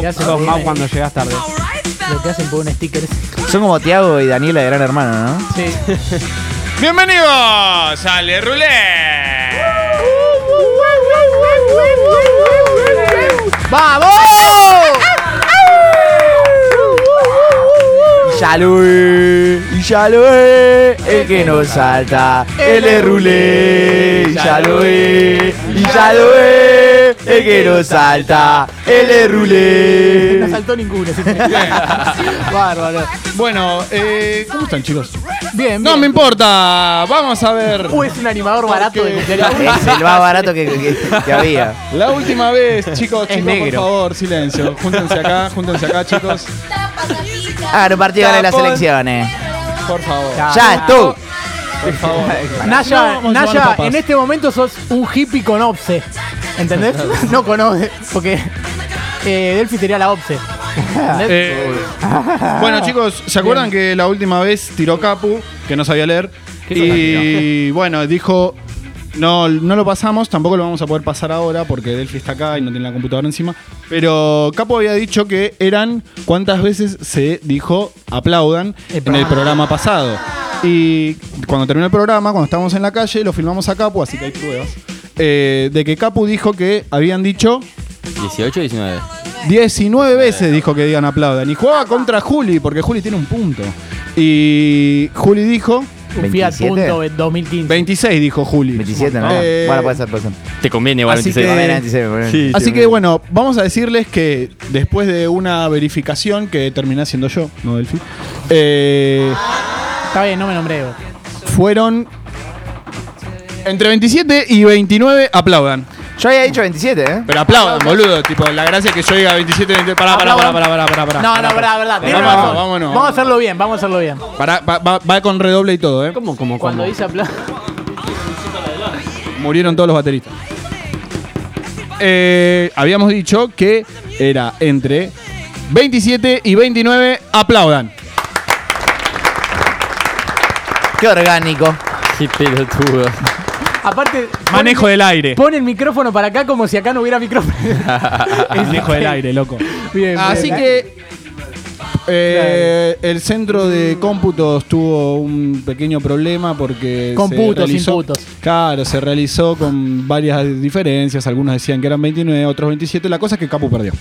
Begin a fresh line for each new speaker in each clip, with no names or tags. ¿Qué hace con Mau cuando llegas tarde?
Lo que hacen por un sticker.
Son como Tiago y Daniela de Gran Hermano, ¿no?
Sí.
Bienvenidos a Le Roulette.
¡Vamos! Y Yalue, y Yalue, el que no salta, el de Rulé. Y Yalue, y Yalue, el que no salta, el de
No
Rulé.
saltó ninguno. así que- Bárbaro.
Bueno, eh, ¿cómo están chicos?
Bien,
No
bien.
me importa, vamos a ver.
Uy, es un animador barato de cumpleaños.
Es el más barato que, que- que había.
La última vez, chicos,
Es
chicos, por
negro.
favor, silencio. Júntense acá, júntense acá, chicos.
Ah, no partido de las
Tapón.
elecciones.
Por favor.
Ya estuvo.
Por favor.
Naya,
No, vamos a llevar
Naya
los papás.
en este momento sos un hippie con obse. ¿Entendés? no con obse, porque eh, Delphi sería la obse. ¿entendés?
Eh, bueno, chicos, ¿se acuerdan que la última vez tiró Capu, que no sabía leer? Y bueno, dijo. No, no lo pasamos, tampoco lo vamos a poder pasar ahora porque Delphi está acá y no tiene la computadora encima. Pero Capu había dicho que eran cuántas veces se dijo aplaudan en el programa pasado. Y cuando terminó el programa, cuando estábamos en la calle, lo filmamos a Capu, así que hay pruebas. eh, de que Capu dijo que habían dicho
18 o 19.
19 veces dijo que digan aplaudan. Y jugaba contra Juli, porque Juli tiene un punto. Y Juli dijo.
Un Fiat
27.
Punto 2015.
26 dijo Juli.
27, ¿no?
Eh,
Bueno, puede ser, puede ser.
Te conviene igual
Así
26.
que-
Bueno, 27, bueno.
Sí.
Así que bueno, vamos a decirles que después de una verificación que terminé haciendo yo, no Delphi, eh,
Está bien, no me nombré. vos.
fueron entre 27 y 29 aplaudan.
Yo había dicho 27, ¿eh?
Pero aplaudan, boludo. Tipo, la gracia es que yo diga 27, 29. Pará, pará, pará, pará, pará, pará, pará.
No, no, verdad, verdad. tenés
Vámonos,
razón.
vámonos.
Vamos a hacerlo bien, vamos a hacerlo bien.
Pará, va, va- va con redoble y todo, ¿eh?
¿Cómo, cómo,
Cuando
cómo?
dice aplauso.
Murieron todos los bateristas. Eh, habíamos dicho que era entre 27 y 29. Aplaudan.
Qué orgánico.
Qué pelotudo.
Aparte,
Manejo del aire.
pone el micrófono para acá como si acá no hubiera micrófono.
Manejo del aire, loco.
Bien,
Así
bien.
que eh, el centro de cómputos tuvo un pequeño problema porque se
Computos,
realizó-
imputos.
Claro, se realizó con varias diferencias. Algunos decían que eran 29, otros 27. La cosa es que Capu perdió.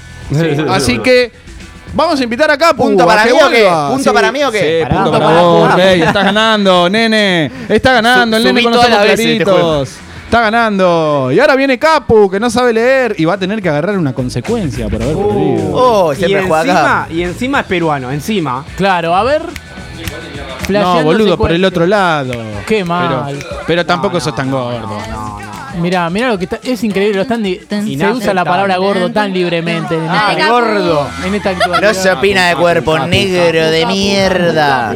Así que vamos a invitar a Capu.
¿Punto
a
Uh, para
que
mí o qué?
vuelva.
¿Punto para mí o qué?
Sí,
Pará,
punto
pará,
para vos,
pará.
Rey. Está ganando, nene. Está ganando. el
Su-
nene
subí
con los
todas
ojos
las veces este
claritos. Está ganando. Y ahora viene Capu, que no sabe leer. Y va a tener que agarrar una consecuencia por haber perdido.
Oh,
y,
siempre juega acá.
encima, y encima es peruano, encima.
Claro, a ver.
No,
Flasheando
boludo, por
secuencia.
el otro lado.
Qué
Pero-
mal.
Pero, tampoco sos tan gordo.
Mirá, mirá lo que está. Es increíble, lo están di- se
Inaceptable.
usa la palabra gordo tan libremente. En
Ah,
esta,
gordo.
en esta
No se
actualidad.
opina de cuerpo negro de mierda.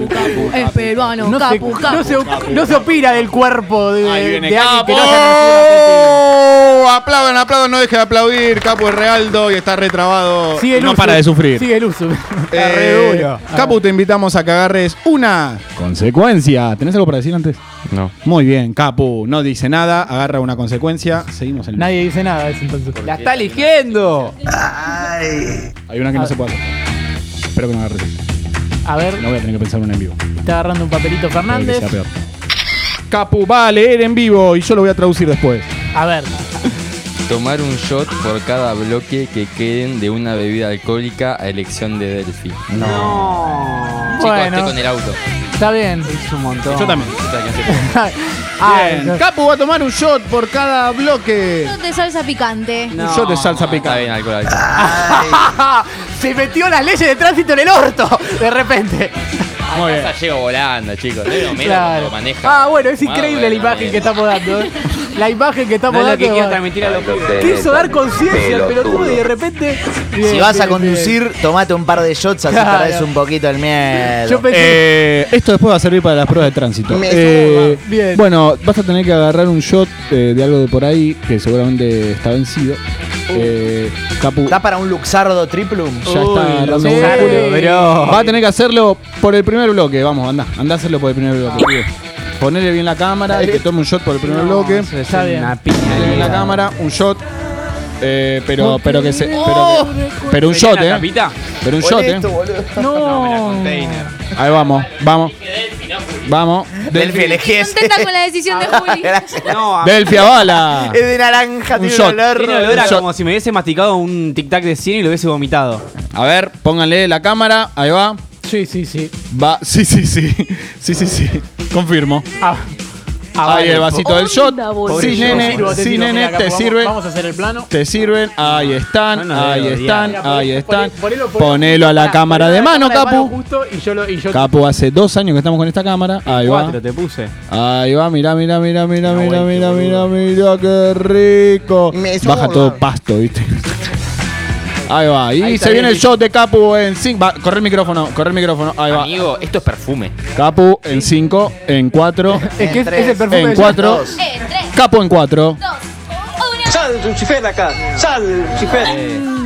Es peruano,
No se,
capu,
no,
capu.
se, no se opina del cuerpo de,
Ahí viene
de alguien
Capu.
que no haya nacido en Argentina.
Oh, Aplaudan, aplaudan, no deje de aplaudir. Capu es realdo y está retrabado.
Sigue el
no
uso,
para de sufrir.
Sigue el uso.
Eh, Capu, te invitamos a que agarres una consecuencia. ¿Tenés algo para decir antes?
No.
Muy bien, Capu. No dice nada, agarra una consecuencia. Seguimos el.
Nadie dice nada es entonces.
La está eligiendo.
Hay una que no se puede hacer. Espero que no agarres.
A ver,
No voy a tener que pensar una en vivo.
está agarrando un papelito
Espero que
Fernández.
sea peor. Capu va a leer en vivo y yo lo voy a traducir después.
A ver,
Tomar un shot por cada bloque que queden de una bebida alcohólica a elección de Delphi. No. Chicos,
Bueno.
estoy con el auto.
está bien.
Es un montón.
Yo también.
Ah,
Bien.
no.
Capu va a tomar un shot por cada bloque.
No te salsa picante.
Un shot de salsa
Ah, Está
picante. Ah,
bien, alcohol. alcohol.
Se metió las leyes de tránsito en el orto, de repente.
Muy bien.
Esa llego volando, chicos. No es Homero
Claro.
cuando maneja.
Ah, bueno, es increíble
Ah,
la
bueno,
imagen que
bien.
estamos dando. ¿eh? La imagen que
No
estamos
es lo
dando.
que quiero transmitir a los pibes.
Quiso dar conciencia al pelotudo y de repente.
Si
Bien,
vas a
bien, bien.
conducir, tomate un par de shots, así
Claro.
perdés un poquito el miedo.
Yo pensé.
Eh, esto después va a servir para las pruebas de tránsito.
Me
Eh,
suba. Bien.
Bueno, vas a tener que agarrar un shot eh, de algo de por ahí que seguramente está vencido. Eh, Capu
¿Está para un luxardo triplum? Uh,
ya está agarrando
sí.
un culo.
bro.
Va a tener que hacerlo por el primer bloque. Vamos, anda, anda a hacerlo por el primer bloque. pibe. Ponele bien la cámara y que tome un shot por el primer bloque.
Eso es
Está bien.
una piña.
Ponele bien la cámara, un shot. Eh, pero, pero que se. Pero, que- pero un
¿Tenés
shot,
la
eh.
tapita?
Pero un shot, eh.
No.
Ahí vamos, vamos. Vamos.
Delphi, elegí este. ese.
Contenta con la decisión
Ah,
de Juli.
No, a mí
Delphi Bala.
Es de naranja,
Ah. Un
tiene
shot.
un olor.
tiene olor a
Un shot.
como si me hubiese masticado un tic tac de 100 y lo hubiese vomitado.
A ver, pónganle la cámara. Ahí va.
Sí, sí, sí.
Va. Sí, sí, sí. Sí, sí, sí. Confirmo.
Ah, ah,
Ahí el
vale.
vasito del shot.
Onda, boludo.
Sí,
Yo te
nene.
sirvo, te
Sí,
sirvo,
nene.
mira,
Te
vamos-
sirve.
Vamos a hacer el plano.
Te sirven, ahí están,
No, no,
ahí
no,
están,
Mira,
ahí
ponelo-
están.
ponelo- ponelo-
Ponelo a la
Pará,
cámara
ponelo a
de
la
mano,
cámara de mano
Capu.
justo y yo lo- y yo-
Capu, hace dos años que estamos con esta cámara. Ahí va.
Cuatro te puse.
Ahí va, mira, mira, mira, mira, mira, mira, mira, mira, qué rico.
Me subo,
Baja todo
boludo.
pasto, viste. Ahí va, y
está
se viene
bien.
el shot de Capu en 5. Va, corre el micrófono, corre el micrófono. Ahí va.
Amigo, esto es perfume.
Capu en 5, en 4,
Es que es, es el perfume
en
de
4.
dos.
En 3,
Capu en 4.
2, 1.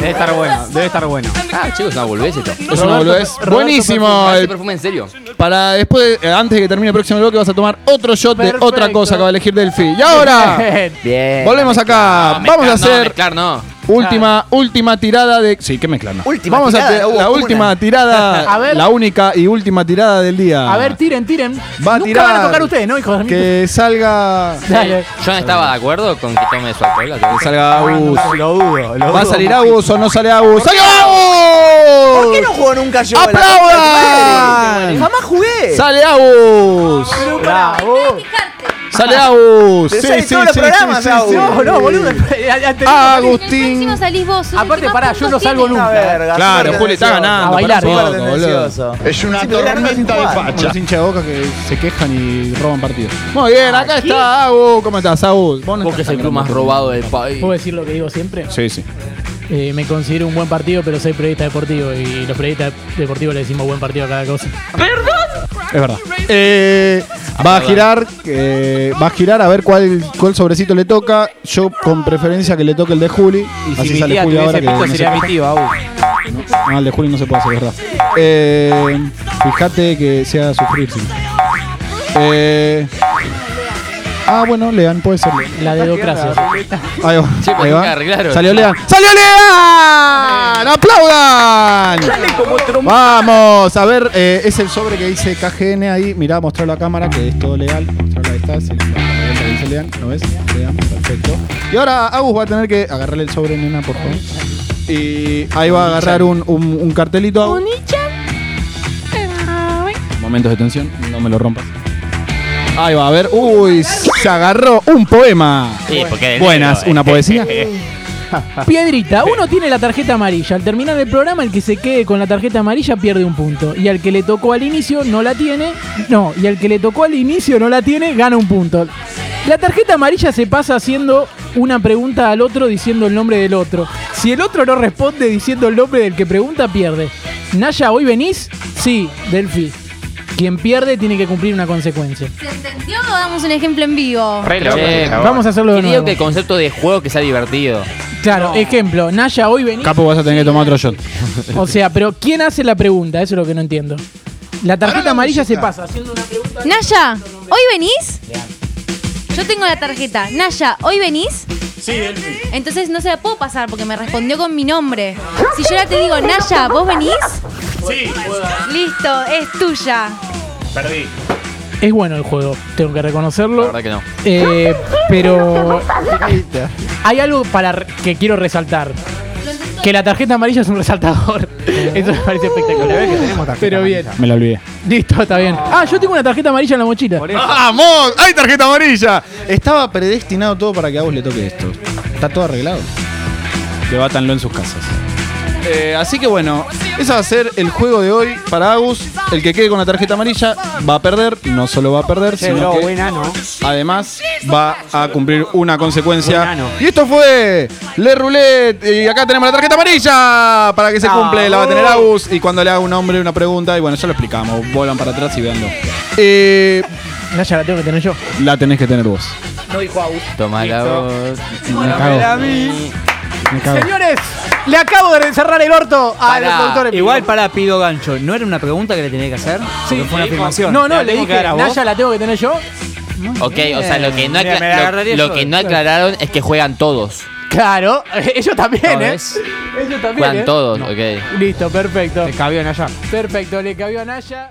Debe estar bueno, debe estar bueno.
Ah, chicos, no volvés esto.
Es una boludez. Buenísimo.
Ah,
el-
¿Es perfume en serio?
Para después, de- eh, antes de que termine el próximo bloque, vas a tomar otro shot de otra
Perfecto.
cosa que va a elegir Delphi. Y ahora,
Bien.
Bien.
volvemos acá.
No,
Vamos a
mezclar, No,
hacer
mezclar, no.
última, última tirada de. Ah. Sí, que mezclar, no.
Última
Vamos
tirada,
a hacer
hubo una.
la última tirada.
A ver.
La única y última tirada del día.
A ver, tiren, tiren.
Va a
Nunca
tirar.
van a tocar ustedes, ¿no, hijos de mí?
que salga.
Dale.
Yo no estaba de acuerdo con que tome su alcohol. así
Que
que-
salga Agus.
Lo dudo, lo
¿Va a
dudo.
salir Agus o no sale Agus? ¡Salió
¿Por qué
Agus!
no jugó nunca yo? a la puta madre?
¡Aplaudan!
Jamás jugué.
¡Sale Agus!
Bravo.
¡Sale Agus!
Te sale todos los programas, Agus.
No, no, boludo. Ya te-
Agustín.
salís vos. son los
Aparte,
que más
pará, yo
puntos
no salgo
tienen.
nunca.
Una verga,
Claro,
súper
Juli, está
tendencioso.
ganando,
A bailar.
Súper
boludo.
tendencioso.
Es una
Si tuviera tormenta ganas de de
Los hinchas de boca que se quejan y roban partidos. Muy bien, acá está Agus. ¿Cómo estás, Agus? Vos no
Porque es
estás
el club
sangrando.
más robado del país.
¿Puedo decir lo que digo siempre?
Sí, sí.
Eh, me considero un buen partido, pero soy periodista deportivo. Y los periodistas deportivos le decimos buen partido a cada cosa.
Es verdad. Eh, va a girar, eh, va a girar a ver cuál, cuál sobrecito le toca. Yo con preferencia que le toque el de Juli.
Y
así
si mi
sale
tía
Juli ahora
tuviese
que
pico
no
sería mi
se-
tío, Agus.
no, el de Juli no se puede hacer, es verdad. Eh, fíjate que sea sufrir. sí. Eh, ah, bueno, Lean puede ser. Lean.
La dedocracia.
Ahí va.
Sí, pues
ahí
nunca
va.
arreglaron.
Salió Lean. ¡Salió Lean! ¡Aplaudan! Vamos, a ver, eh, es el sobre que dice KGN ahí. Mirá, mostralo a cámara, que es todo legal. Mostralo ahí está. sí, la tabla que dice Lean, ¿no ves? Lean, perfecto. Y ahora Agus va a tener que agarrarle el sobre, nena, por favor. Y ahí va a agarrar un, un- un cartelito. Agus. Momentos de tensión, no me lo rompas. Ahí va, a ver. Uy, se agarró un poema.
Sí, eh. porque de
Buenas,
negro,
una poesía.
Piedrita, uno tiene la tarjeta amarilla. Al terminar el programa, el que se quede con la tarjeta amarilla pierde un punto. Y al que le tocó al inicio no la tiene. No, y al que le tocó al inicio no la tiene, gana un punto. La tarjeta amarilla se pasa haciendo una pregunta al otro diciendo el nombre del otro. Si el otro no responde diciendo el nombre del que pregunta, pierde. Naya, ¿hoy venís? Sí, Delfi. Quien pierde tiene que cumplir una consecuencia.
¿Se entendió o damos un ejemplo en vivo?
Re loco,
Che,
por favor.
Vamos a hacerlo de
Quería
nuevo.
que el concepto de juego que sea divertido.
Claro, ejemplo, Naya, ¿hoy venís?
Capo, vas a tener que tomar otro shot.
O sea, pero ¿quién hace la pregunta? Eso es lo que no entiendo. La tarjeta amarilla se pasa haciendo una pregunta.
Naya, ¿hoy venís? Yo tengo la tarjeta. Naya, ¿hoy venís? Sí, Entonces no se la puedo pasar porque me respondió con mi nombre. Si yo ahora te digo, Naya, ¿vos venís? Sí. Listo, es tuya.
Es bueno el juego, tengo que
La
reconocerlo.
verdad que no.
Eh, pero hay algo para re- que quiero resaltar. Que la tarjeta amarilla es un resaltador. Eso me parece espectacular. Pero bien.
Me la olvidé.
Listo, está bien. Ah, yo tengo una tarjeta amarilla en la mochila.
¡Vamos! ¡Hay tarjeta amarilla! Estaba predestinado todo para que a vos le toque esto. Está todo arreglado. Debátanlo en sus casas. Eh, así que bueno, ese va a ser el juego de hoy para Agus. El que quede con la tarjeta amarilla va a perder. No solo va a perder,
Che,
sino
bro,
que
buena, ¿no?
además va a cumplir una consecuencia.
Buen ano.
Y esto fue Le Roulette. Y acá tenemos la tarjeta amarilla para que se
Ah,
cumple. La va a tener
oh.
Agus. Y cuando le haga un hombre una pregunta, y bueno, ya lo explicamos. Vuelan para atrás y veanlo. Eh,
Naya, la tengo que tener yo.
la tenés que tener vos.
Toma la voz.
Me cago. Me cago.
Señores, le acabo de cerrar el orto
ah,
a
Pará,
los productores.
Igual para pido gancho, ¿no era una pregunta que le tenía que hacer?
Sí.
Porque fue una afirmación.
No, no,
¿La
le
tengo que
dije,
dar a vos?
Naya, la tengo que tener yo.
Ok, o sea, lo que no,
Mira,
acla-
me la
lo-
agarraría
lo
yo.
que no aclararon es que juegan todos.
Claro, ellos también, ¿eh?
Todes.
Ellos también.
Juegan
¿eh?
todos, ok.
Listo, perfecto.
Te cabió en allá.
Perfecto, le cabió a Naya.